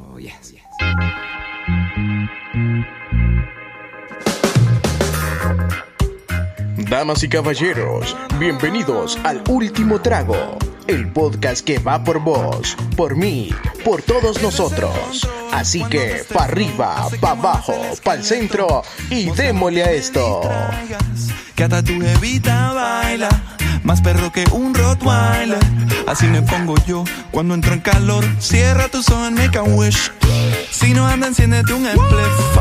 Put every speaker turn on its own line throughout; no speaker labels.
Oh, yes, yes.
Damas y caballeros, bienvenidos al Último Trago, el podcast que va por vos, por mí, por todos nosotros. Así que, pa' arriba, pa' abajo, pa' el centro y démosle a esto.
traigas, Que hasta tu jevita baila Más perro que un Rottweiler Así me pongo yo cuando entro en calor Cierra tus ojos and make a wish Si no anda, enciéndete un spliff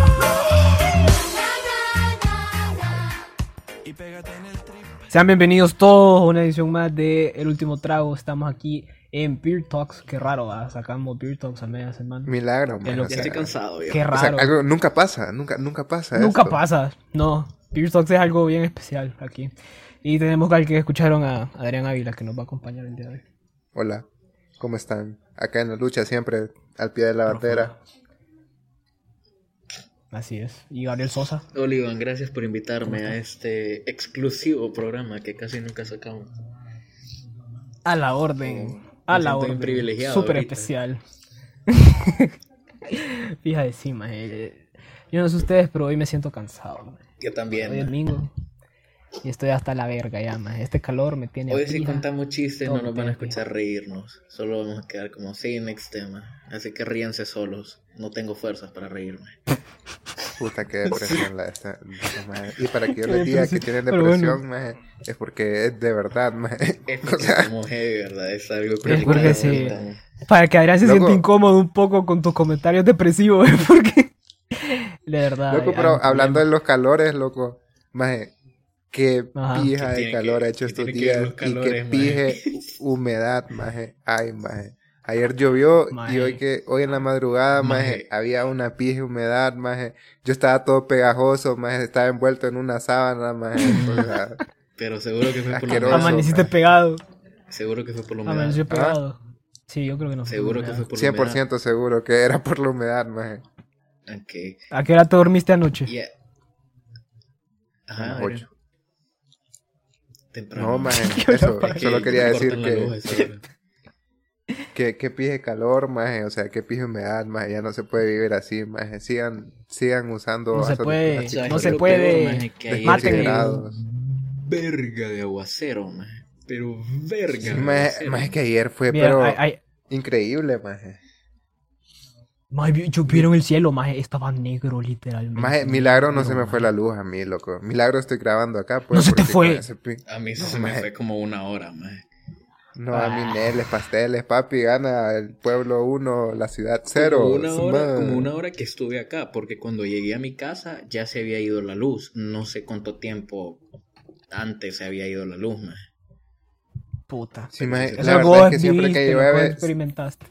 Y pégate en el trip
Sean bienvenidos todos a una edición más de El Último Trago. Estamos aquí en Beer Talks. Qué raro, ¿verdad? sacamos Beer Talks a media semana.
Milagro, man.
lo
o
que
sea,
estoy
cansado, yo.
Qué
o sea,
raro.
algo nunca pasa, nunca, nunca pasa.
Nunca
esto.
pasa. No, Beer Talks es algo bien especial aquí. Y tenemos al que escucharon a Adrián Ávila que nos va a acompañar el día de hoy.
Hola, ¿cómo están? Acá en la lucha siempre, al pie de la bandera.
Así es. Y Gabriel Sosa.
Hola Iván, gracias por invitarme a este exclusivo programa que casi nunca sacamos.
A la orden.
Me
A la
siento bien
orden.
privilegiado
Súper
ahorita.
especial. Fija encima, eh. Yo no sé ustedes, pero hoy me siento cansado. maje. Hoy
Yo
es
también.
domingo. Y estoy hasta la verga ya, más. Este calor me tiene.
Hoy si
pija.
contamos chistes no
Todo
nos van a
bien,
escuchar reírnos. Solo vamos a quedar como, sí, next tema. Así que ríense solos. No tengo fuerzas para reírme.
Puta, qué depresión la de esta. esta madre. Y para que yo
Qué
les diga que
depresión,
tienen
pero
depresión, maje, es porque es de verdad, maje.
Es
O
porque
sea,
somos heavy, ¿verdad? Es algo
porque
complicado,
sí.
¿verdad?
Para que Adrián se
Loco.
sienta incómodo un poco con tus comentarios depresivos, ¿eh? porque. De verdad. hay-
loco,
hay
pero
un
hablando de los calores, loco, maje, qué
Ajá.
pija
Que
de
tiene
calor
que-
ha hecho
que
estos
tiene que ver
días
los
y que
calores, maje.
pije humedad, maje. Ay, maje. Ayer llovió y
Maje.
hoy que hoy en la madrugada, maje,
Maje.
había una pije humedad, maje. Yo estaba todo pegajoso, maje, estaba envuelto en una sábana, maje. o sea,
Pero seguro que fue por
problema.
la
Asqueroso.
humedad.
Amaneciste
Ajá.
pegado.
Seguro que fue por la humedad.
Amaneció pegado. Sí, yo creo que no. fue
Seguro que
humedad.
fue por la humedad.
100% seguro que era por la humedad, maje.
Ok.
¿A qué hora te dormiste anoche?
Y a- Ajá,
Como
Adrián.
ocho.
Temprano.
No, maje,
Qué
eso,
bravo.
solo quería
cortan
decir
la
que...
luz a esa hora.
Que, que pije calor, maje, o sea, que pije humedad, maje, ya no se puede vivir así, maje, sigan, sigan usando...
No se
vasos de
puede,
plástico
no
es
se
lo
puede.
peor, maje, que ayer
Mátenme.
era
desconsiderados.
Verga de aguacero, maje. Pero verga. de
Maje,
aguacero.
maje, que ayer fue,
Mira,
pero
ay, ay,
increíble, maje.
maje, vi- yo vieron el cielo, maje, estaba negro literalmente.
Maje, milagro no se me
maje.
fue la luz a mí, loco. Milagro estoy grabando acá, pues.
No se te
porque
fue.
con ese pi-
A mí
No,
se me
maje.
fue como una hora, maje.
No, a
Ah.
mí neles, pasteles, papi, gana el pueblo uno, la ciudad cero.
Como una, hora,
man.
como una hora que estuve acá, porque cuando llegué a mi casa ya se había ido la luz. No sé cuánto tiempo antes se había ido la luz, maje.
Puta.
Sí, maje,
Eso
Eso
la
es lo
verdad es
vos
que siempre que
viviste, lo vos
llueve,
experimentaste.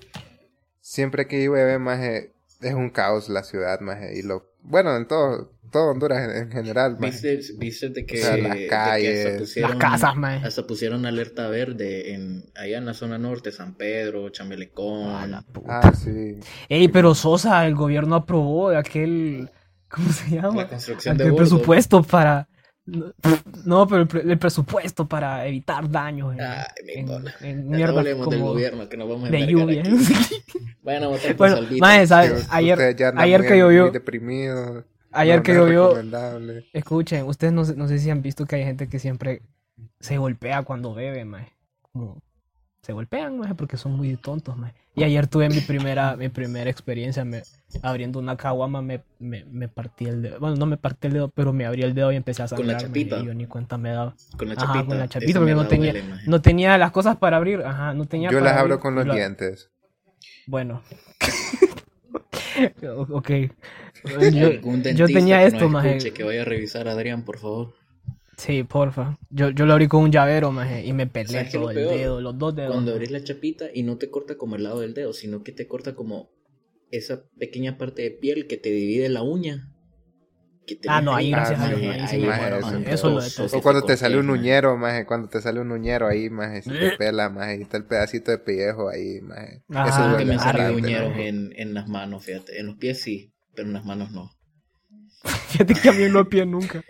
siempre que llueve, maje, es un caos la ciudad, maje, y lo... Bueno, en todo, todo Honduras en, en general, maje.
¿Viste, viste de que,
O sea, las
de que
calles, las
hasta
Las
pusieron-
casas, maje.
Hasta pusieron alerta verde en, allá en la zona norte, San Pedro, Chamelecón.
A la puta.
Ah, sí.
Ey, pero Sosa, el gobierno aprobó aquel. ¿Cómo se llama?
la construcción de
Aquel
bordos.
presupuesto para. No, pero el, pre- el presupuesto para evitar daños en,
Ay, mi
en-
cola.
en
Ya no
mierdas
hablemos del
como
gobierno, que nos vamos a
de
envergar
lluvia.
aquí. Vayan a votar por
bueno,
Salvita.
maje, ¿sabes?
Ustedes
Ah, Ayer,
ya andan
ayer
muy-
que
muy
llovió,
deprimidos.
ayer
No,
que
no es
llovió,
recomendable.
escuchen, ustedes no, sé- no sé si han visto que hay gente que siempre se golpea cuando bebe, maje. Como, se golpean, maje, porque son muy tontos, maje. Y ayer tuve mi primera, mi primera experiencia, me, abriendo una caguama me, me, me partí el dedo. Bueno, no me partí el dedo, pero me abrí el dedo y empecé a
Con la
sangrar, maje,
chapita.
y yo ni cuenta me daba.
Con la
Ajá,
chapita.
con la
Esa
chapita, porque no
mierda
tenía-
duele, maje.
No tenía las cosas para abrir, ajá, no tenía
Yo
para
las
abrir,
hablo con los
la-
dientes.
Bueno. O- ok.
Yo,
Yo, yo
Algún dentista
tenía
que
esto,
nos
maje.
escuche, Que vaya a revisar Adrián, por favor.
Sí, porfa. Yo, yo lo abrí con un llavero, maje, y me pelé
¿Sabes qué es lo
todo el
peor?
dedo, los dos dedos.
Cuando abrís la chapita y no te corta como el lado del dedo, sino que te corta como esa pequeña parte de piel que te divide la uña. que tenés
Ah, no, ahí gracias
Ah,
a Dios,
sí,
ahí
ahí
sí me
maje,
muero,
eso
maje.
es
Eso lo
todo. Ah,
detesto.
Sí,
O cuando
te
te sale un
confirmo.
uñero, maje, cuando te sale un uñero ahí, maje, se te pela, maje, y está el pedacito de pellejo ahí, maje.
Ah,
Eso
Nunca
duele
me han
Arde,
salido
bastante,
uñeros
maje.
en, en las manos, fíjate. En los pies sí, pero en las manos no.
Fíjate que a mí no pie nunca.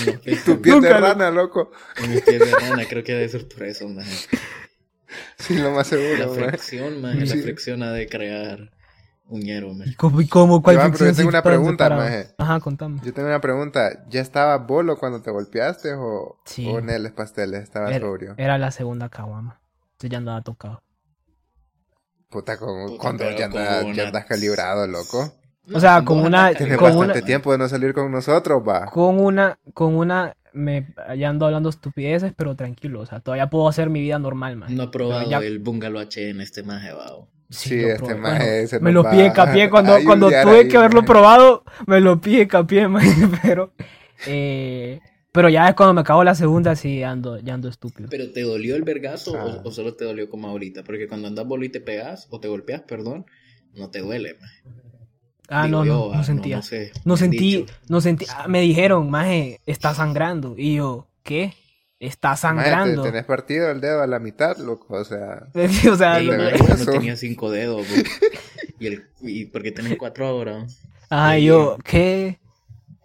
En los pies,
Tu piel de
Nunca lo-
rana, loco.
en los pies de rana, creo que debe ser por eso, maje.
Sí, lo más
La
seguro, maje.
fricción, maje, la
Sí.
fricción ha de crear un ñero, maje.
¿Y cómo, y cómo cuál
Iván, pero
fricción
yo
si
tengo una
están
pregunta,
separados?
maje.
Ajá, contame.
Yo tengo una pregunta. ¿Ya estabas bolo cuando te golpeaste o,
Sí. eh,
o en el pasteles? Estabas
Era,
sobrio.
era la segunda caguama. Entonces ya andaba tocado.
Puta, con,
Puta,
con dos
pero
ya
con
andas,
una-
ya andas calibrado, loco.
O sea, con
dos
una-
andas
Tienes
Con
calibrado,
bastante
maje.
tiempo de no salir con nosotros, va.
Con una, con una, me ya ando hablando estupideces, pero tranquilo. O sea, todavía puedo hacer mi vida normal, maje.
No ha probado
Ya-
el bungalow H en este maje, vago.
Sí,
lo
este
probé.
maje
Bueno,
se
me
nos
lo
va
pide capié
a
cuando, cuando
ayudar
tuve
ahí,
que haberlo
maje.
probado, me lo pide capié, maje, pero eh, pero ya es cuando me acabo la segunda sí ando ya ando estúpido.
Pero te dolió el vergazo o-
Ah.
o, solo te dolió como ahorita. Porque cuando andas bolo y te pegas o te golpeas, perdón, no te duele, maje.
ah,
Digo
no,
yo,
no,
ah,
no sentía. No,
sé, me han
sentí,
dicho.
no sentí, ah, me dijeron, maje, está sangrando y yo, ¿qué? Está
Maje, te-
sangrando.
tenés partido el dedo a la mitad, loco. O sea,
o sea,
Dale,
Y
no-
no,
ve.
yo no
Eso.
tenía cinco dedos, güey. y, el, y porque tenés cuatro ahora.
ah, yo, ¿qué?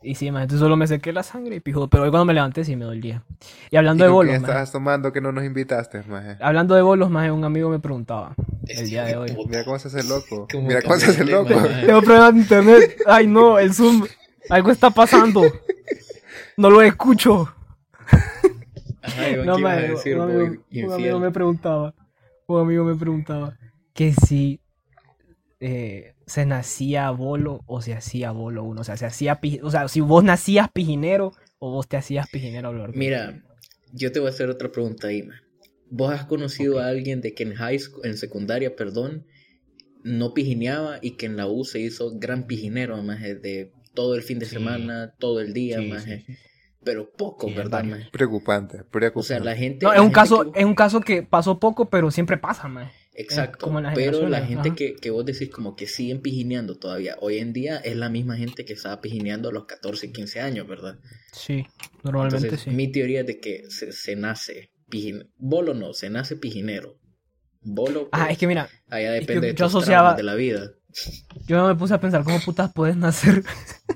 Y sí, maje, entonces solo me sequé la sangre y pijo, pero hoy cuando me levanté sí me dolía. Y hablando
¿y
de
con
bolos,
quién
maje,
estabas tomando que no nos invitaste, maje?
hablando de bolos, maje, un amigo me preguntaba
Este
el día de
hijo de
hoy.
puta.
Mira cómo se hace loco.
Como
Mira cómo se hace
cambiaste,
loco.
maje.
Tengo problemas de internet. Ay, no, el Zoom. Algo está pasando. No lo escucho.
Ajá, Iván,
No,
¿qué ibas a
maje,
decir,
un,
Bobby?
amigo, un
Infiel.
amigo me preguntaba. Un amigo me preguntaba que si eh, se nacía bolo o se hacía bolo uno. O sea, se hacía pi- o sea, si vos nacías pijinero o vos te hacías pijinero al orgullo.
Mira, yo te voy a hacer otra pregunta, Ima. ¿Vos has conocido a alguien de que en high school, en secundaria, perdón, no pijineaba y que en la U se hizo gran pijinero, maje, de todo el fin de
Sí.
semana, todo el día,
Sí,
maje?
sí, sí.
Pero poco,
Sí,
¿verdad,
varios.
maje?
Preocupante, preocupante.
O sea, la gente...
No,
la
es un
gente
caso,
que-
es un caso que pasó poco, pero siempre pasa, man.
Exacto,
como en las
pero la
generaciones,
gente
ajá.
que, que vos decís como que siguen pijineando todavía, hoy en día es la misma gente que estaba pijineando a los 14, 15 años, ¿verdad?
Sí, normalmente
Entonces,
sí.
mi teoría es de que se, se nace pijinero, bolo no, se nace pijinero, bolo,
Ah,
pues,
es que mira,
allá
es
depende
que
de
yo
tus traumas
asociaba-
de la vida.
Yo me puse a pensar cómo putas puedes nacer.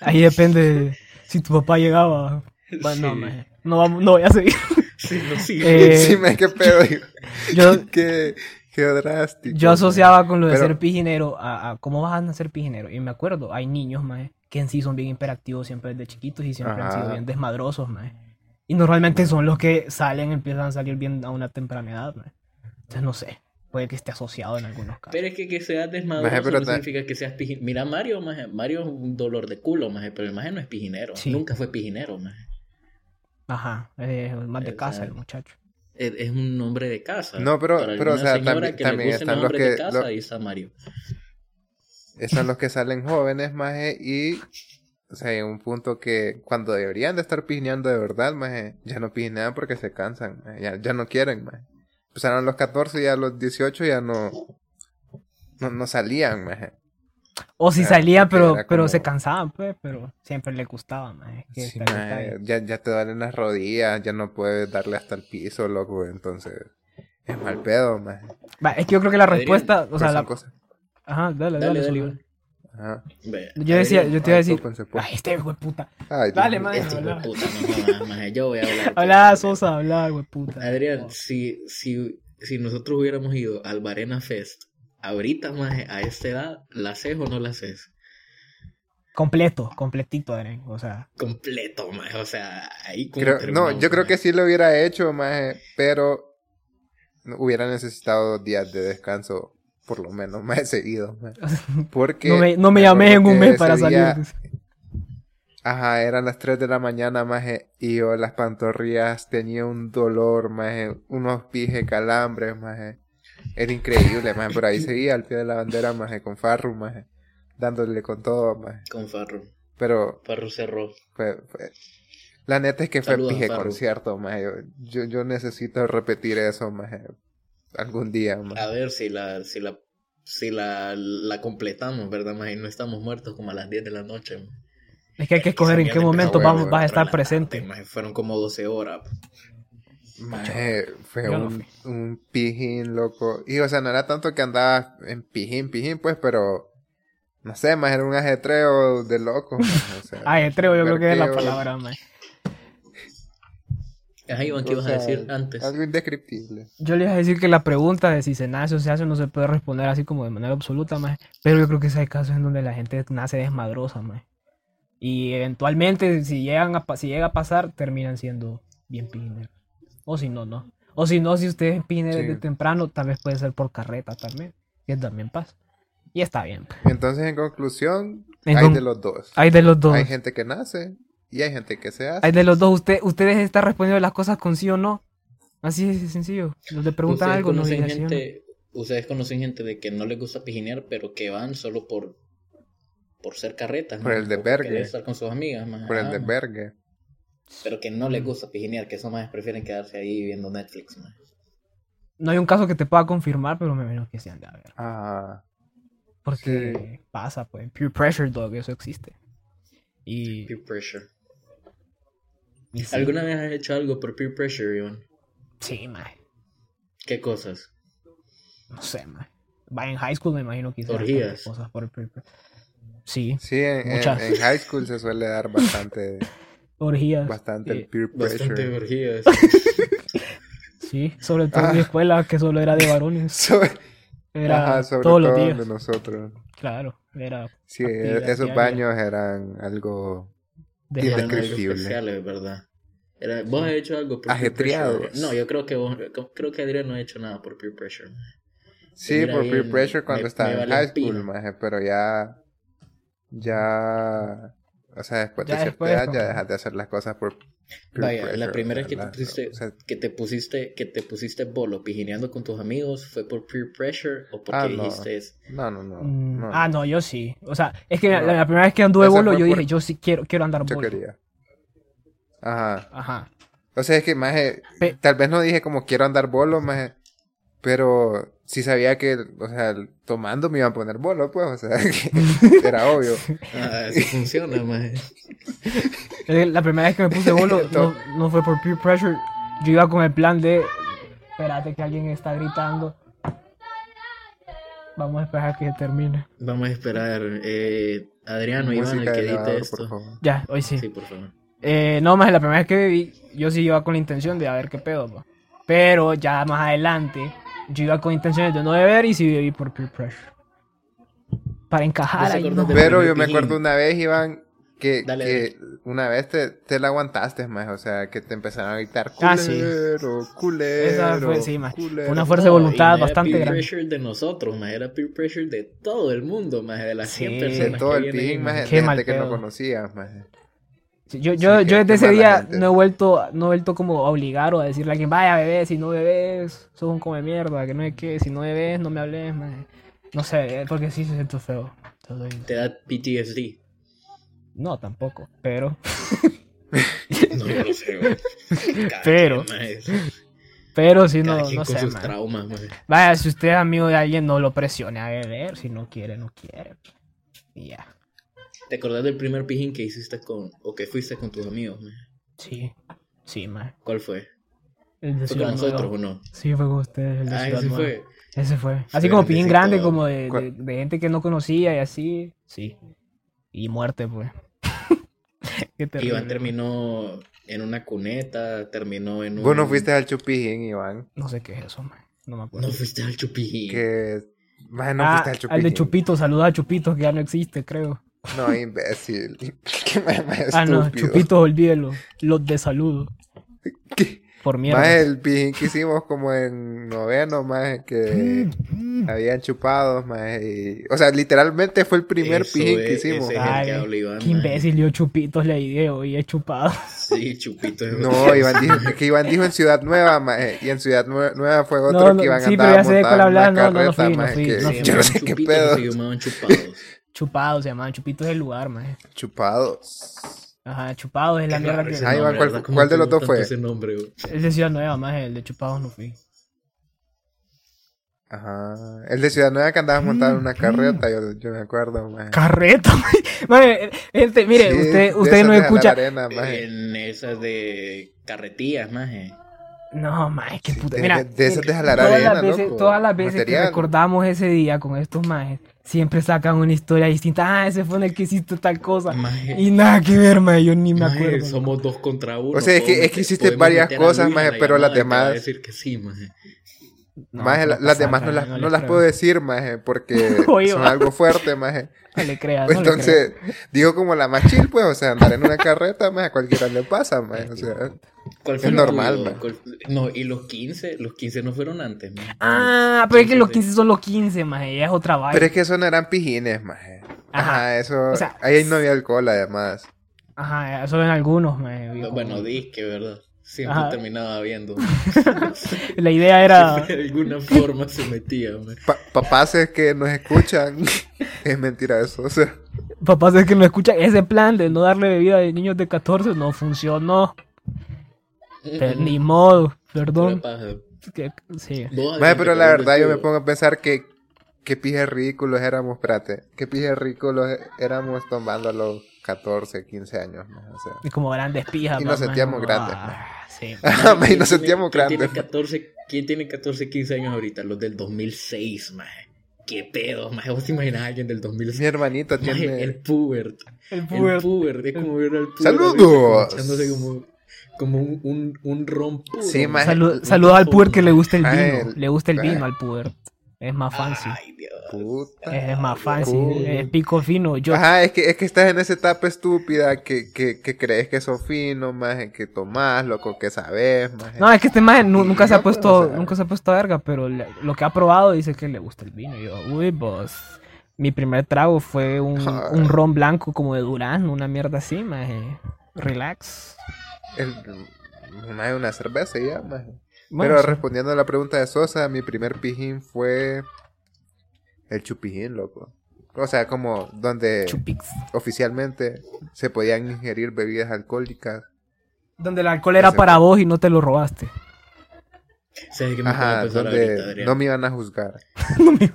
Ahí depende de si tu papá llegaba. Bueno, no,
Sí.
maje. no, vamos, no voy a seguir.
Sí, no, sí.
Eh,
Sí, me qué pedo. hijo.
Yo,
qué, qué drástico.
yo asociaba con lo de
Pero-
ser pijinero a, a cómo vas a nacer pijinero. Y me acuerdo, hay niños, maje, que en sí son bien hiperactivos siempre desde chiquitos y siempre han sido
Ajá.
bien desmadrosos, maje. Y normalmente son los que salen, empiezan a salir bien a una temprana edad, maje. Entonces no sé, puede que esté asociado en algunos casos.
Pero es que que seas desmadroso
Maje, pero
no
ta-
significa que seas pijinero. Mira Mario, maje, Mario es un dolor de culo, maje, pero el maje no es pijinero,
Sí.
nunca fue pijinero, maje.
Ajá, eh, más de casa el
Exacto.
muchacho.
Es es un nombre de casa.
No, pero-
Para
pero, o
alguna
sea,
señora
también-
que le
también
gusten
están los
nombres de
que-
casa,
los-
ahí está Mario.
Están los que salen jóvenes, maje, y... O sea, hay un punto que cuando deberían de estar pijineando de verdad, maje, ya no pijinean porque se cansan, maje, ya, ya no quieren, maje. Empezaron a los 14 y a los 18 ya no... No, no salían, maje.
O si
Ah,
salía,
porque
pero,
era
pero
como-
se cansaban, pues, pero siempre le gustaba, más. que
Sí,
tal,
maje,
tal.
ya, ya te duelen las rodillas, ya no puedes darle hasta el piso, loco, entonces... Es mal pedo, maje.
Va, es que yo creo que la
Adrián,
respuesta, o
Pero
sea,
son
la...
cosas-
Ajá, dale,
Dale,
dale.
dale,
Zulma.
Iván.
Ajá.
Ve,
yo decía,
Adrián,
yo te iba a
Ay,
decir...
túpense, pues.
Ay, este hueputa.
Ay, Dios
Dale,
mío.
maje,
este hijo de
habla.
puta, no, no, maje, maje, yo voy a hablar. este
Habla, Sosa, habla, hueputa.
Adrián, si, si, si nosotros hubiéramos ido al Barena Fest, ahorita, maje, a esta edad, ¿la haces o no la haces?
Completo, completito, Adrián. O sea,
Completo, maje, o sea, ahí como
Creo- no,
terminamos,
yo creo
maje.
que sí lo hubiera hecho, maje, pero no- hubiera necesitado dos días de descanso, por lo menos, más seguido, maje. Porque
no me, no me llames en un mes para
ese
salir.
día- Ajá, eran las 3 de la mañana, maje, y yo las pantorrillas tenía un dolor, maje, unos pijes calambres, maje. Era increíble, maje, por ahí seguía al pie de la bandera, maje, con Farru, maje, dándole con todo, maje.
Con Farro.
Pero
Farro cerró.
Fue- fue- La neta es que fue
Saludos,
pije
Farru.
concierto, maje. Yo, yo necesito repetir eso, maje. Algún día, maje.
A ver si la, si la, si la, la completamos, ¿verdad, maje? No estamos muertos como a las 10 de la noche, maje.
Es que hay que escoger en qué
Esa mierda
momento
huevo,
vamos,
huevo,
vas a estar
Tras la tarde,
presente.
maje, fueron como 12 horas.
Maje, fue
Yo no
un, un pijín, loco. Y, o sea, no era tanto que andaba en pijín, pijín, pues, pero... No sé, maje, era un ajetreo
Ah,
de loco, maje. O sea,
Ay, Etreo, yo creo que es la
vergueo.
palabra, man.
Ajá, Iván, ¿qué
O
ibas
sea,
a decir antes?
Algo indescriptible.
Yo le iba a decir que la pregunta de si se nace o se hace no se puede responder así como de manera absoluta, más. Pero yo creo que sí hay casos en donde la gente nace desmadrosa, más. Y eventualmente, si, llegan a, pa- si llega a pasar, terminan siendo bien pineros. O si no, no. O si no, si usted es piner
Sí.
desde temprano, tal vez puede ser por carreta también. Que también pasa. Y está bien. pues.
Entonces, en conclusión,
En
hay
con-
de los dos.
Hay de los dos.
Hay gente que nace y hay gente que se hace.
Hay de los dos. Usted, ustedes están respondiendo las cosas con sí o no. Así es de sencillo. Los le preguntan
¿Ustedes
algo, no
conocen
digan sí o no.
gente, Ustedes conocen gente de que no les gusta pijinear, pero que van solo por por ser carretas.
Por
¿no?
el
Por
desvergue.
querer estar con sus amigas, más.
Por el
ajá, más.
desvergue.
Pero que no les gusta pijinear, que esos más prefieren quedarse ahí viendo Netflix, más.
No hay un caso que te pueda confirmar, pero me imagino que se anda a ver.
Ah,
Porque pasa, pues. Peer pressure, dog, eso existe. Y.
Peer pressure.
y sí,
¿Alguna vez has hecho algo por peer pressure, Iván?
Sí, mae.
¿Qué cosas?
No sé, mae. Va en high school, me imagino que hice
Orgías.
bastantes cosas por peer pressure. Sí,
sí, en, en-
Muchas.
en high school se suele dar bastante,
orgías.
bastante
Sí,
el peer pressure.
Bastante orgías.
Sí, sobre todo en mi
Ah.
escuela, que solo era de varones.
Sobre-
Era
Ajá, sobre
todos los
todo
días.
de nosotros.
Claro, era
Sí, e-,
Actividad
esos
diaria.
baños eran algo
de
Y
Eran
varones.
algo
Indescriptible.
especiales, ¿verdad? Era- ¿Vos has hecho algo por
Ajetreados.
peer pressure? No, yo creo que vos, creo que Adrián no ha hecho nada por peer pressure.
Sí,
Mira
por
ahí
peer
en-
pressure cuando
me-
estaba
me
en
vale
high
un pino.
school, maje, pero ya. Ya. O sea, después
Ya
de cierta
después,
edad
papá.
ya dejas de hacer las cosas por peer
Vaya, la
pressure,
primera que te
¿verdad?
pusiste,
O sea,
que te pusiste, que te pusiste bolo pijineando con tus amigos, ¿fue por peer pressure o porque
Ah, no.
dijiste es-
no, no, no.
Mm,
no.
Ah, no, yo sí. O sea, es que la-
No.
la, primera vez que anduve
Ese
bolo,
fue
yo
por-
dije, yo sí quiero, quiero andar
Yo
bolo.
quería. Ajá.
Ajá.
O sea, es que, maje,
Pe-
tal vez no dije como quiero andar bolo, maje. Pero sí sabía que, o sea, tomando me iban a poner bolo, pues, o sea, que era obvio.
Ah, así funciona, maje.
Eh, La primera vez que me puse bolo no,
To-
no fue por peer pressure. Yo iba con el plan de. Espérate que alguien está gritando. Vamos a esperar que se termine.
Vamos a esperar. Eh, Adriano, Iván, el
Música
que
de
edite
elevador, por
esto.
favor.
Ya, hoy sí.
Sí, por favor.
Eh, no, más la primera vez que viví, yo sí iba con la intención de a ver qué pedo. pa. Pero ya más adelante, yo iba con intenciones de no beber y sí bebí por peer pressure. Para encajar
¿Vos
ahí.
acordás
¿no?
del
Pero
primer
yo me
pijín?
acuerdo una vez, Iván, que,
Dale,
que una vez te, te la aguantaste más, o sea, que te empezaron a gritar
Ah, sí.
culero, culero.
Esa fue, sí, maje.
culero".
Una fuerza de
No, y
voluntad
no era
bastante
peer
grande.
pressure de nosotros, maje, era peer pressure de todo el mundo, maje, de las
Sí.
100
de
personas
todo
que
el
vienen ahí,
pijín, más
maje.
de
Qué mal
gente que no
pedo.
conocías, maje.
Sí, yo, yo,
Sí,
yo
qué-
desde
qué
ese
mala
día
gente.
no he vuelto, no he vuelto como a obligar o a decirle a alguien, vaya bebés, si no bebes, sos un come mierda, que no es que, si no bebes, no me hables, maje". no sé, eh, porque sí se siento feo. Te doy-
Te da PTSD.
No, tampoco, pero,
No, yo no sé, güey. Cada
Pero-
quien, maje,
pero sí,
cada
no,
quien
no
con
sé,
sus
maje.
traumas, maje.
Vaya, si usted es amigo de alguien, no lo presione a beber, si no quiere, no quiere. Y ya,
¿Te acordás del primer pijín que hiciste con, o que fuiste con tus amigos, maje?
sí, sí, más.
¿Cuál fue?
El de
¿Fue
Ciudad
con nosotros
Nueva.
o no?
Sí, fue con ustedes, el de
Ah,
Ciudad
ese
Nueva.
fue.
Ese fue. Así
Fue
como
el de
pin grande,
Cito-
como de, de,
¿Cuál?
de gente que no conocía y así. Sí.
Ah,
Y muerte, pues. Qué terrible.
Iván terminó en una cuneta, terminó en un...
Vos no fuiste al chupijín, Iván,
No sé qué es eso, man. No me acuerdo.
No fuiste al chupijín.
que... Maje, no
ah,
fuiste al
al,
chupijín.
de Chupito, saluda a Chupito, que ya no existe, creo.
No, imbécil. Qué maje más
Ah, no,
estúpido.
Chupito, olvídelo. Los de saludo.
¿Qué?
Por mierda.
Más el pijín que hicimos como en noveno, más que
Mm.
habían chupado, más y... O sea, literalmente fue el primer
Eso
pijín que
es-
hicimos.
ese es
Ay,
el que habla Iván,
qué
man.
imbécil, yo Chupitos le ideo y he chupado.
Sí, chupito. es-
No, Iván dijo, que Iván dijo en Ciudad Nueva, maje, y en Ciudad Nue- Nueva fue otro
no,
que Iván
sí,
andaba
pero ya sé de
montado
cuál
en una
hablas, no, no, no
carreta,
fui, no
maje,
fui,
que
no
Se
yo no
llamaban
sé qué
chupitos,
pedo.
Se llamaban chupados.
Chupado se llamaban, Chupito es el lugar, man.
Chupado.
Ajá, Chupado es la
Qué
mierda
raro
que.
ese
Ahí va,
nombre,
¿cuál-
¿verdad? ¿Cómo
cuál de
te
los dos
gusta
fue?
ese nombre, güey?
Es de Ciudad Nueva, más el de Chupados no fui.
Ajá. El de Ciudad Nueva que andaba montado
Mm,
en una carreta, yo, yo me acuerdo, maje.
Carreta, maje. Maje, gente, mire,
Sí, de
usted, usted
esas
no
de jalar
escucha.
arena, maje.
En esas de carretillas, maje.
No, maje, qué puta.
de-
Mira,
de esas de jalar
todas
arena,
las veces,
loco.
todas las veces que
Material.
recordamos ese día con estos majes, siempre sacan una historia distinta. Ah, ese fue en el que hiciste tal cosa.
Mm.
Maje.
Y nada que ver, mae, yo ni me
Maje,
acuerdo. mae.
somos dos contra uno.
O sea, es que-
podemos
es que
meter-
hiciste
podemos
varias
meter a
cosas,
Luis en
maje,
la
pero las
llamada y te va a
demás-
decir que sí, maje.
No,
Maje,
no
la-
pasa
las demás no
nada,
las,
le
no las
creo.
puedo decir, maje, porque
Oye,
son
va.
algo fuerte, maje.
No le creas, no le
Entonces, digo como la más chill, pues, o sea, andar en una carreta, maje, a cualquiera le pasa, maje, o sea.
¿Cuál
Es
lo
normal,
tuyo?
maje.
¿Cuál- No, y los 15, los 15 no fueron antes, maje.
Ah, pero es que los
Sí.
15 son los 15, maje, ya es otra vaina.
Pero es que eso no eran pijines, maje. Ajá,
Ajá.
eso,
O sea,
ahí no había alcohol, además.
Ajá, eso en algunos, maje. viejo.
Bueno, disque, ¿verdad? Siempre
Ajá.
terminaba viendo.
La idea era...
De alguna forma se metía, maje.
Pa- papás es que nos escuchan, es mentira eso, o sea.
Papás es que no escuchan ese plan de no darle bebida a niños de 14 no funcionó. Pe- Ni modo,
Pura
perdón.
paja.
Que- sí.
Vos,
Maje, pero
alguien te
la
acordás
verdad yo me
tuyo.
pongo a pensar que qué pijes ridículos éramos, espérate, qué pijes ridículos éramos tomando a los 14, 15 años, maje, o sea.
Y como grandes pijas.
Y
va,
nos
maje,
sentíamos
ah,
grandes,
sí.
Ajá, maje,
¿Quién
nos
tiene-
sentíamos
quién
grandes.
Tiene 14, ¿Quién tiene 14, 15 años ahorita? Los del 2006, maje. ¿Qué pedo, maje? ¿Vos te imaginas a alguien del 2006?
Mi hermanita
Maje,
tiene...
el pubert.
El
El
puber.
puber. Es como ver al puber.
¡Saludos!
ahorita Echándose como, como un, un, un rompo.
Sí, maje.
Salu- saluda al puber que le gusta el
Ay,
vino. Le gusta el
ay.
vino al puber. Es más fancy.
Ay, Dios.
Puta.
Es es más fancy.
Uy.
Es Eh, pico fino. Yo,
Uh. Ajá, es que, es que estás en esa etapa estúpida que, que, que crees que sos fino, maje, que tomás, loco, que sabes, maje.
No, es que este maje nu- nunca se ha
No, pues,
puesto,
o sea.
nunca se ha puesto verga, pero le- lo que ha probado dice que le gusta el vino. Y yo, uy, pues, mi primer trago fue un,
Ay.
un ron blanco como de Durán, una mierda así, maje. Relax.
El- maje, una cerveza y ya, maje.
Bueno,
Pero
sí.
respondiendo a la pregunta de Sosa, mi primer pijín fue el chupijín, loco. O sea, como donde
Chupix.
oficialmente se podían ingerir bebidas alcohólicas.
Donde el alcohol era
Ese-
para vos y no te lo robaste.
¿Sabes qué me acaba
Ajá,
de pasar ahorita,
donde
Adrián?
no me iban a juzgar.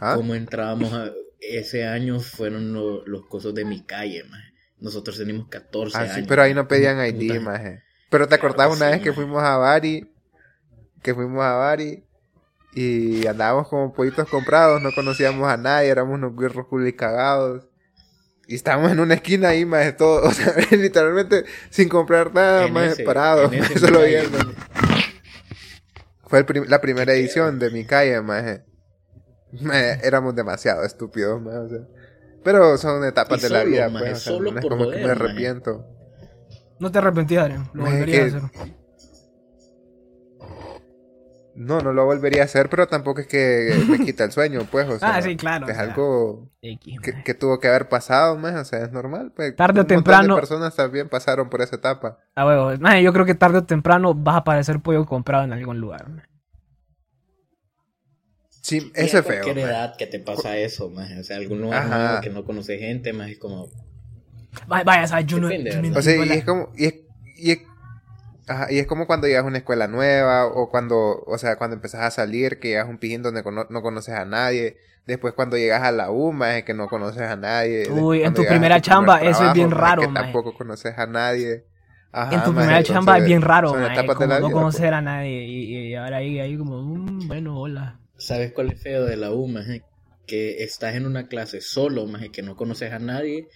¿Ah?
Como entrábamos a- ese año fueron lo- los cosos de mi calle, maje. Nosotros teníamos 14
Ah,
años.
sí, pero ahí no pedían
Puta.
ID, maje. eh. Pero te acordás
que
una
sí,
vez que
maje.
fuimos a Bari, que fuimos a Bari y andábamos como pollitos comprados, no conocíamos a nadie, éramos unos guirros culis cagados. Y estábamos en una esquina ahí, maje, todo, o sea, literalmente sin comprar nada,
En
maje,
ese-
parados,
en ese
maje, solo
mi calle,
viendo. Fue el prim- la primera edición de mi calle, maje. Maje, éramos demasiado estúpidos, maje, o sea. Pero son etapas
Y
de la
solo,
vida,
maje,
pues, o sea,
solo
no es
por
como que me
joder, maje.
arrepiento.
No te arrepentí, Adrián. Lo
Maje,
volvería a
que-
hacer.
No, no lo volvería a hacer, pero tampoco es que me quita el sueño, pues, o sea,
Ah, sí, claro,
es
o sea.
algo
X,
que,
maje.
que tuvo que haber pasado, más, o sea, es normal. Pues,
Tarde o
un montón
temprano-
de personas también pasaron por esa etapa.
Ah, huevo. Maje, yo creo que tarde o temprano vas a aparecer pollo comprado en algún lugar. maje.
Sí,
Sí,
eso
a
es feo.
cualquier
man.
edad que te pasa eso, más. O sea, algún lugar
Ajá.
nuevo que no conoce gente, más es como.
Vaya, vaya, o sea, yo no,
Depende,
yo no
¿verdad?
O sea,
entiendo la-
y es como y es, y es- ajá, y es como cuando llegas a una escuela nueva o cuando, o sea, cuando empezás a salir, que llegas a un pijín donde cono- no conoces a nadie. Después cuando llegas a la U, maje, que no conoces a nadie. Después
Uy, en
cuando
tu
llegas a
primera chamba,
primer
eso es bien
trabajo, maje,
raro,
que
maje.
tampoco conoces a nadie. Ajá,
en tu
maje,
primera chamba es
entonces,
bien raro,
son
maje,
etapas de
como
la
no
vida, pues.
conocer a nadie y, y ahora ahí, ahí como, mm, bueno, hola.
¿Sabes cuál es feo de la U, más? Que estás en una clase solo, más que no conoces a nadie,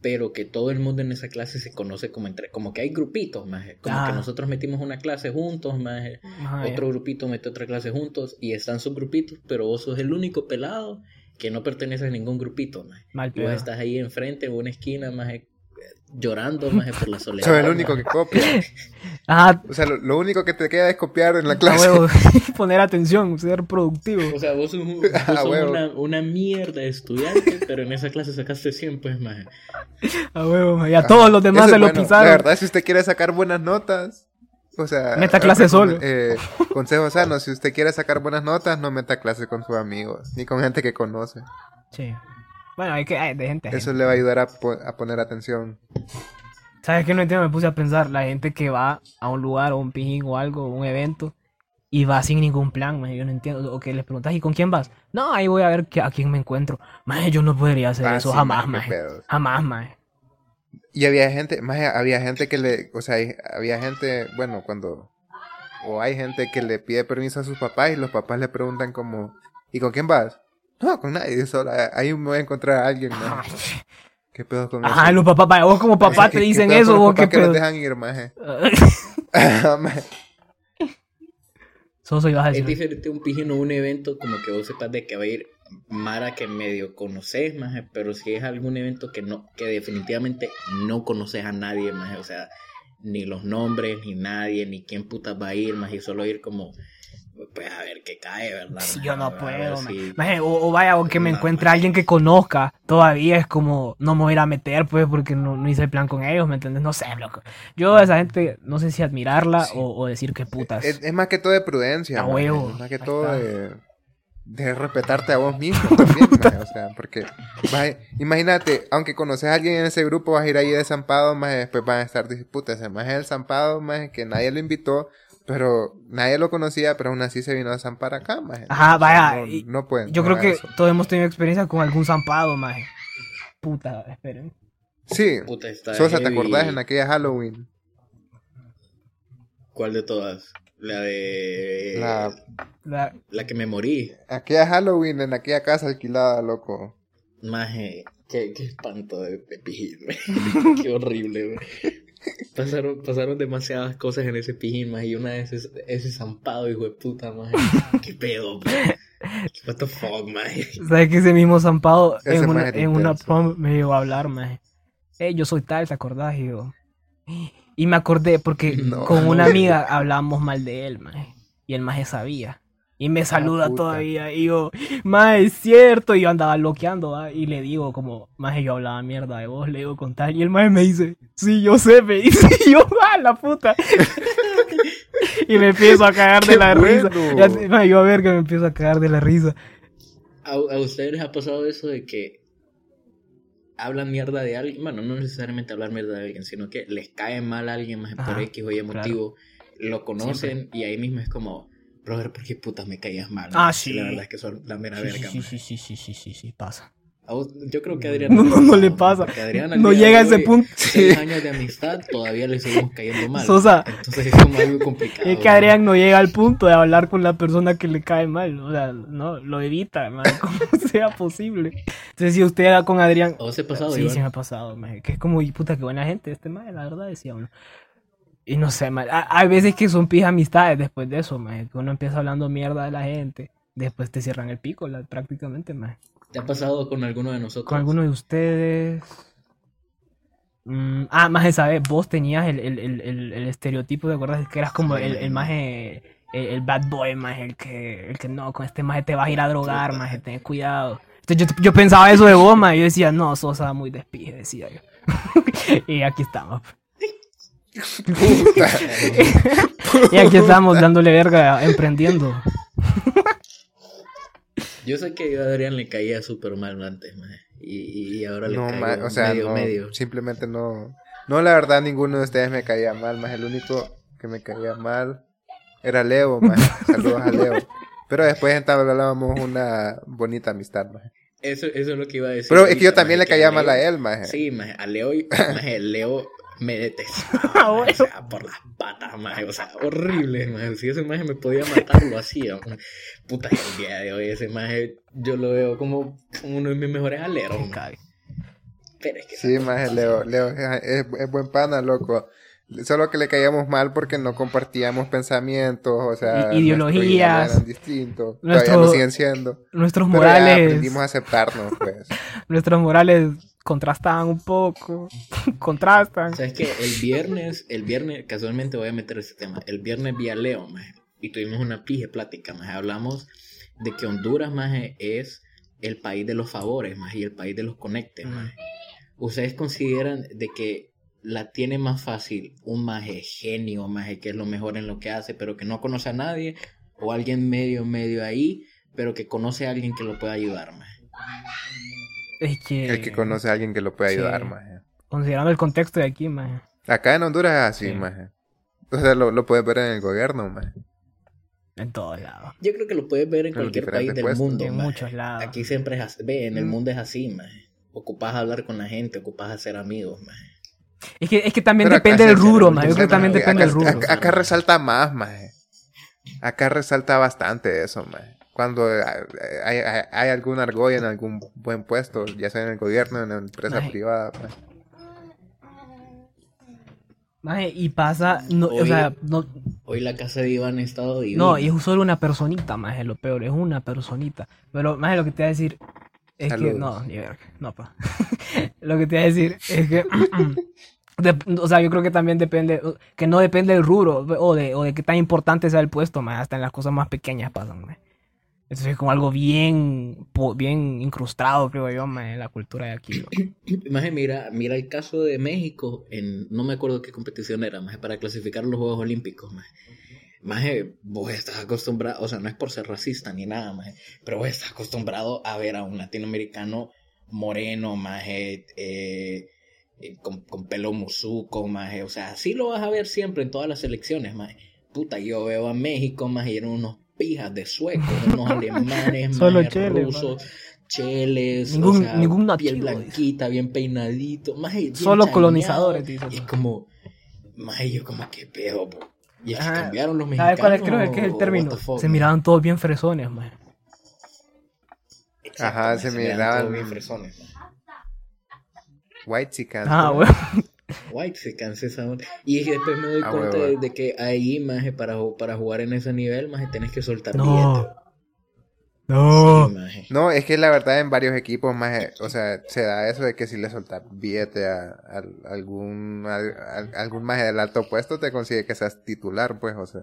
pero que todo el mundo en esa clase se conoce como entre. Como que hay grupitos, más. Como
Ah.
que nosotros metimos una clase juntos, más.
Ajá, ya.
Otro grupito mete otra clase juntos y están sus grupitos, pero vos sos el único pelado que no pertenece a ningún grupito, más.
Mal
Y vos
pedo.
estás ahí enfrente, en una esquina, más. Llorando, más por la soledad.
pues. Soy el único que copia.
Ah,
O sea, lo, lo único que te queda es copiar en la
a
clase.
huevo. poner atención, ser productivo.
O sea, vos sos, un- vos
Ah,
sos
huevo.
una, una mierda de estudiante, pero en esa clase sacaste 100, pues, más.
A huevo, maje, y a todos los demás
Eso
se
es
lo
bueno.
pisaron.
La verdad, si usted quiere sacar buenas notas, o sea...
Meta clase
recom-
solo.
eh, consejo sano, si usted quiere sacar buenas notas, no meta clase con sus amigos, ni con gente que conoce.
Sí. Bueno, hay que, ay, de gente. a
Eso
gente.
le va a ayudar a, po- a poner atención.
¿Sabes qué? No entiendo, me puse a pensar. La gente que va a un lugar o un pijín o algo, un evento, y va sin ningún plan, maje, yo no entiendo. O que les preguntas, ¿y con quién vas? No, ahí voy a ver que, a quién me encuentro. Maje, yo no podría hacer
Ah,
eso
sí,
jamás,
maje, qué
maje.
pedos.
Jamás, maje.
Y había gente, más había gente que le... O sea, hay- había gente, bueno, cuando... O hay gente que le pide permiso a sus papás y los papás le preguntan como... ¿Y con quién vas? No, con nadie, solo ahí me voy a encontrar a alguien, maje. ¿Qué pedo con
Ajá,
eso?
los papás, vaya, vos como papá te
Ah, ¿Qué- qué
dicen
pedo con
eso,
los
vos
papás
qué
que los
pedo.
dejan ir, maje? Maje.
Soso ibas a
Es
decir.
diferente un pijino, un evento como que vos sepas de que va a ir Mara que medio conoces, maje, pero si es algún evento que no, que definitivamente no conoces a nadie, maje, o sea, ni los nombres, ni nadie, ni quién putas va a ir, maje, y solo ir como, pues a ver qué cae, ¿verdad?
Sí,
maje?
yo
A
no
ver
puedo,
si-
man. Maje, o, o vaya, o que me
No,
encuentre
maje.
alguien que conozca, todavía es como, no me voy a ir a meter, pues, porque no, no hice el plan con ellos, ¿me entiendes? No sé, loco. Yo a esa gente, no sé si admirarla
Sí. Eh,
o, o decir que putas.
Es, es más que todo de prudencia.
A
maje.
huevo.
Es más que
Ahí
todo
está.
de, de respetarte a vos mismo también, maje, O sea, porque vas a- imagínate, aunque conoces a alguien en ese grupo, vas a ir ahí de zampado, más después van a estar disputas. Más el zampado, más que nadie lo invitó, pero nadie lo conocía, pero aún así se vino a zampar acá, más.
Ajá, vaya.
No,
y-
no pueden.
yo
no
creo
hagan
que
eso.
todos hemos tenido experiencia con algún zampado, maje. Puta, esperen.
Sí.
Puta, está
Sosa, ¿te
heavy.
acordás en aquella Halloween?
¿Cuál de todas? La de...
La-
La-
la que me morí.
Aquella Halloween en aquella casa alquilada, loco.
Maje, qué, qué espanto de, de pijín, güey. qué horrible, güey. Pasaron, pasaron demasiadas cosas en ese pijín, maje, y una de ese, ese zampado, hijo de puta, maje. Qué pedo, maje. What the fuck, maje.
¿Sabes que ese mismo zampado
Ese
en una,
maje era
en una
intenso.
prom me llegó a hablar, maje? Eh, yo soy tal, ¿te acordás? Y yo... Y me acordé porque
No,
con
no.
una amiga hablábamos mal de él, maje. Y el maje sabía. Y me saluda
puta.
todavía. Y yo, maje, es cierto. Y yo andaba loqueando, ¿va? Y le digo como, maje, yo hablaba mierda de vos, le digo con tal. Y el maje me dice, sí, yo sé, me dice. Y yo, a la puta. y me empiezo a cagar de
¡Qué
la
bueno!
risa. Ya te- maje, yo a ver que me empiezo a cagar de la risa.
¿A, a ustedes les ha pasado eso de que hablan mierda de alguien? Bueno, no necesariamente hablar mierda de alguien, sino que les cae mal a alguien más por
Ajá,
X o Y motivo, lo conocen y ahí mismo es como, brother, ¿por qué putas me caías mal?
Ah,
maje?
sí.
La verdad es que son la mera
Sí,
verga,
sí, sí,
maje.
sí, sí, sí, sí, sí, pasa.
A vos- Yo creo que a Adrián
No, no, no le pasa.
porque Adrián al
No
día
llega a
de
ese
hoy,
punto.
Seis años de amistad, todavía le seguimos cayendo mal.
Sosa.
Entonces es como algo complicado.
Es que Adrián no llega al punto de hablar con la persona que le cae mal. O sea, no, lo evita, man, como sea posible. Entonces, si usted era con Adrián.
¿A vos te ha pasado,
Sí,
Iván?
sí me ha pasado, man, Que es como, "Y puta, qué buena gente este man, la verdad, decía uno. Y no sé, man. a- Hay veces que son pijas amistades después de eso, man. Que uno empieza hablando mierda de la gente. Después te cierran el pico, la- prácticamente, man.
¿Te ha pasado con alguno de nosotros?
Con alguno de ustedes. Mm, ah, más esa vez, vos tenías el, el, el, el, el estereotipo, ¿te acuerdas? Que eras como el, el más el, el bad boy, más el que, el que no, con este más te vas a ir a drogar, más ten cuidado. Entonces yo, yo pensaba eso de vos, más, y yo decía, no, Sosa muy despije, decía yo. y aquí estamos.
Puta.
Y aquí estamos dándole verga, emprendiendo.
Yo sé que a Adrián le caía súper mal antes, maje. Y, y ahora le
No,
caigo
ma- o sea,
medio,
no,
medio.
simplemente no. No, la verdad, ninguno de ustedes me caía mal, más el único que me caía mal era Leo, más. Saludos a Leo. Pero después entablábamos una bonita amistad, más.
Eso, eso es lo que iba a decir.
Pero es que
ahorita,
yo también
maje,
le caía mal a
Leo-
él, más.
Sí, maje, a Leo, y- maje, Leo me detestaba,
Ah,
maje, o
bueno.
sea, por las patas, maje, o sea, horrible, maje, si ese maje me podía matar, lo hacía, maje. puta, y el día de hoy ese maje, yo lo veo como, como uno de mis mejores aleros, maje. pero es que
Sí, más Leo, Leo es, es buen pana, loco. Solo que le caíamos mal porque no compartíamos pensamientos, o sea,
I- ideologías.
nuestros ideales eran distintos,
Nuestro-
todavía lo siguen siendo.
Nuestros
Pero ya
morales.
aprendimos a aceptarnos, pues.
Nuestros morales contrastaban un poco. contrastan.
¿Sabes qué? El viernes, el viernes, casualmente voy a meter ese tema. El viernes vi a Leo, maje, y tuvimos una pije plática, maje. Hablamos de que Honduras, maje, es el país de los favores, maje, y el país de los conectes, maje. ¿Ustedes consideran de que la tiene más fácil un maje genio, maje, que es lo mejor en lo que hace, pero que no conoce a nadie, o alguien medio, medio ahí, pero que conoce a alguien que lo pueda ayudar, maje?
Es que.
El que conoce a alguien que lo puede
Sí.
ayudar, maje.
Considerando el contexto de aquí, maje.
Acá en Honduras es así,
Sí.
maje. O sea, lo, lo puedes ver en el gobierno, maje.
En todos lados.
Yo creo que lo puedes ver en
Claro,
cualquier
diferentes
país del
puestos.
mundo,
En
maje.
muchos lados.
Aquí siempre es así, ve, en el
Mm.
mundo es así, maje. Ocupas hablar con la gente, ocupas hacer amigos, maje.
Es que, es que también
Pero acá
depende
se
del
hace
rubro,
mucho,
maje. Yo creo que
maje.
también
Acá-
depende del
acá-
rubro.
Acá, acá resalta más, maje. Acá resalta bastante eso, maje. Cuando eh, hay, hay- hay algún argolla en algún buen puesto, ya sea en el gobierno, en la empresa
Maje.
privada. pues.
Maje, y pasa, no, o
Oye.
sea, no,
Hoy la casa de Iván ha estado divina.
no, y es solo una personita, maje, lo peor, es una personita. Pero, maje, lo que te voy a decir es que, no,
Saludos.
ni verga, no, pa. lo que te voy a decir es que, dep- o sea, yo creo que también depende, que no depende del rubro o de, o de qué tan importante sea el puesto, maje, hasta en las cosas más pequeñas pasan, maje. Eso es como algo bien, po- bien incrustado, creo yo, maje, en la cultura de aquí. ¿no?
Maje, mira, mira el caso de México en no me acuerdo qué competición era, maje, para clasificar a los Juegos Olímpicos, maje. Maje, vos estás acostumbrado, o sea, no es por ser racista ni nada, maje, pero vos estás acostumbrado a ver a un latinoamericano moreno, maje, eh, eh, con, con pelo musuco, maje, o sea, así lo vas a ver siempre en todas las selecciones, maje. Puta, yo veo a México, maje, y eran unos pijas de suecos, unos alemanes,
Solo
maje,
cheles,
rusos, cheles,
Ningún-
o sea,
ningún nativo,
piel blanquita, bien peinadito, maje, bien
Solo
chañado,
colonizadores, dice.
Y es como, maje, yo como, qué pedo, po? Y es que
Ajá.
cambiaron los mexicanos.
¿Sabes cuál es, creo que es el
o
término?
what the fuck,
Se
man?
miraban todos bien fresones, maje.
Exacto,
Ajá,
man,
se
todos
miraban-
bien fresones, man.
White chican.
Ah,
pues.
bueno.
Guay, se cansa esa onda. Y después me doy
Ah,
cuenta
huevo.
de, de que ahí, maje, para, ju- para jugar en ese nivel, maje, tenés que soltar
No.
billete.
No.
Sí, maje.
No, es que la verdad en varios equipos más, eh, o sea, se da eso de que si le soltas billete a, al- algún al- al- algún más del alto puesto te consigue que seas titular, pues, o sea,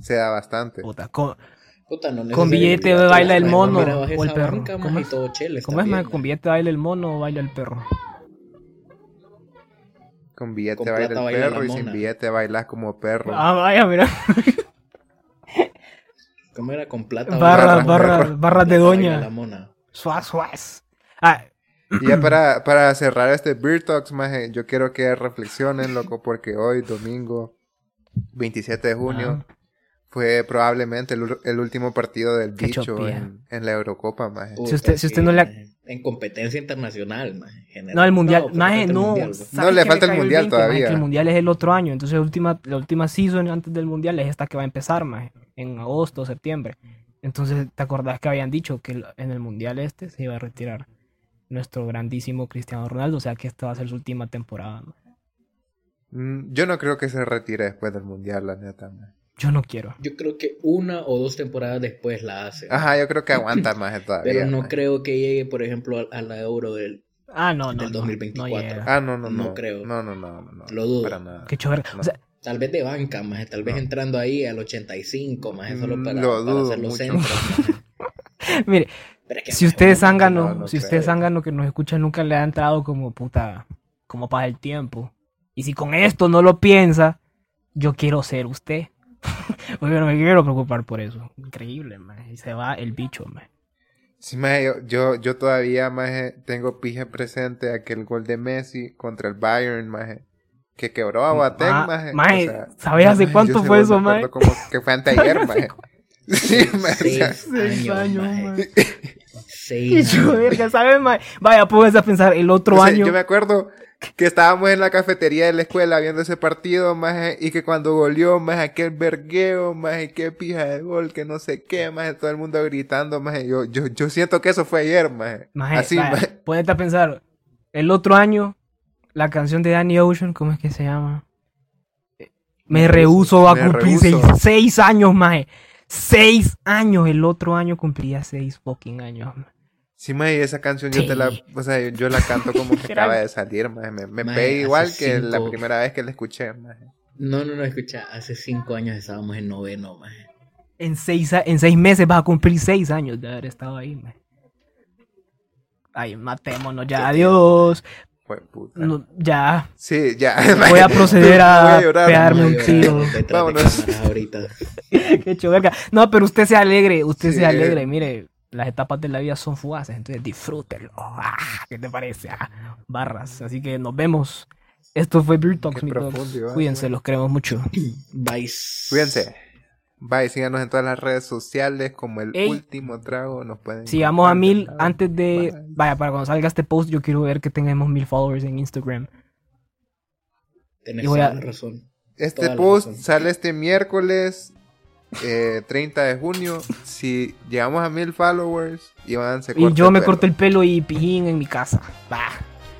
se da bastante.
Puta, co-
Puta, no
Con billete
necesariamente,
baila el
maje,
mono
mirabas
o el
esa
perro.
banca,
¿Cómo
maje,
es?
y todo cheles
¿Cómo es,
también,
más? ¿Con
maje.
billete baila el mono o baila el perro?
Con billete
Con
baila
plata
el
baila la
perro y sin
mona.
billete bailas como perro.
Ah, vaya, mira.
¿Cómo era? Con plata. baila
Barras,
la mona.
barras, barras de
Plata baila La
doña.
mona.
Suaz, suaz. Ah,
Y ya para, para cerrar este Beer Talks, maje, yo quiero que reflexionen, loco, porque hoy, domingo 27 de junio, fue probablemente el, ul- el último partido del
Qué
bicho
chopía.
en, en la Eurocopa, maje.
Puta,
Si usted- si usted no le ha-
maje. En competencia internacional, maje, general.
no, el mundial.
pero
Maje,
falta el
no.
mundial, pues.
¿sabes
le
qué
falta el
me cayó
mundial
20, maje?
todavía.
Que el mundial es el otro año. Entonces, la última, la última season antes del mundial es esta que va a empezar, maje. En agosto, septiembre. Entonces, ¿te acordás que habían dicho que el- en el mundial este se iba a retirar nuestro grandísimo Cristiano Ronaldo? O sea, que esta va a ser su última temporada. maje.
Mm, Yo no creo que se retire después del mundial, la neta, maje.
Yo no quiero.
Yo creo que una o dos temporadas después la hace.
Ah,
Ajá, yo creo que aguanta, maje, todavía.
pero no
maje.
creo que llegue, por ejemplo, a, a la euro del.
Ah, no, no.
Del
no,
2024.
No, llega.
Ah, no, no, no.
No creo.
No, no, no, no. no,
Lo dudo.
Para nada.
Qué chover.
No.
O sea,
Tal vez de banca, más tal vez
No.
entrando ahí al 85, más solo
Mm,
para,
lo
para
dudo
hacer los
mucho.
centros. maje.
mire,
Pero es que,
si
maje,
ustedes
uno-
zángano,
no, no
si
creo.
ustedes zángano que nos escuchan nunca le ha entrado como puta, como para el tiempo. Y si con esto no lo piensa, yo quiero ser usted. Oye, no me quiero preocupar por eso. Increíble, man. Y se va el bicho, man.
Sí, maje, yo, yo, yo todavía, maje, tengo pija presente aquel gol de Messi contra el Bayern, maje. Que quebró a Boateng,
Ah,
maje.
maje,
O sea,
¿sabes hace
yo
cuánto
ese
fue
gol me
eso,
acuerdo
maje?
Como que fue anteayer, maje. Sí, maje. o
Seis
sea,
Seis años,
años, maje.
maje. Qué
Seis años.
verga, ¿sabes, man? Vaya, póngase a pensar el otro
o sea,
año.
Yo me acuerdo que estábamos en la cafetería de la escuela viendo ese partido, maje, y que cuando goleó, maje, aquel vergueo, maje, qué pija de gol, que no sé qué, maje, todo el mundo gritando, maje. Yo, yo, yo siento que eso fue ayer, maje.
Maje,
Así,
vaya,
maje.
ponete a pensar. El otro año, la canción de Danny Ocean, ¿cómo es que se llama? Eh, Me rehuso a
Me
cumplir seis,
rehúso.
seis años, maje. Seis años. El otro año cumplía seis fucking años. maje.
Sí, maje, esa canción yo te la, o sea, yo, yo la canto como que acaba de salir, maje. Me, me
Maje,
pegué
hace
igual que la
cinco-
primera vez que la escuché, maje.
No, no, no, escucha, hace cinco años estábamos en noveno, maje.
En seis, a- en seis meses vas a cumplir seis años de haber estado ahí, maje. Ay, matémonos ya, adiós.
Fue puta.
No, ya,
Sí, ya.
voy a
maje.
proceder
Voy
a,
a llorar,
pegarme
Vamos a
un
llorar
tiro.
detrás de
Vámonos.
cámaras ahorita.
Qué hecho verga. No, pero usted sea alegre, usted
Sí.
sea alegre. Mire, las etapas de la vida son fugaces, entonces disfrútelo. Ah, ¿Qué te parece? Ah, barras. Así que nos vemos. Esto fue Beer Talks,
Qué
mi dogs.
profundo, ¿eh?
Cuídense, los queremos mucho.
Bye.
Cuídense. Bye, síganos en todas las redes sociales como el
Ey.
último trago. Nos pueden.
Sigamos a mil
encontrar.
antes de.
Bye.
Vaya, para cuando salga este post, yo quiero ver que tengamos mil followers en Instagram.
Tenés
Y voy a-
toda la razón.
Este
Toda la
post
razón.
sale este miércoles eh, 30 de junio. Si llegamos a mil followers, Iván se corta
Y yo me
pelo.
corto el pelo y pijín en mi casa. Va.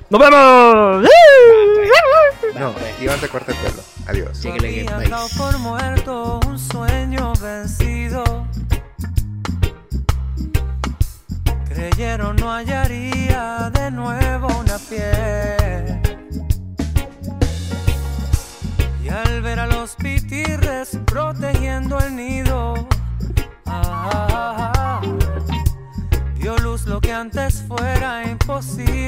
¡Nos vemos!
No,
pues,
Iván se corta el pelo. Adiós.
Sí, que le digan, bye.
dado por muerto un sueño vencido. Creyeron no hallaría de nuevo una piel. Y al ver a los pitirres protegiendo el nido, ah, ah, ah, dio luz lo que antes fuera imposible.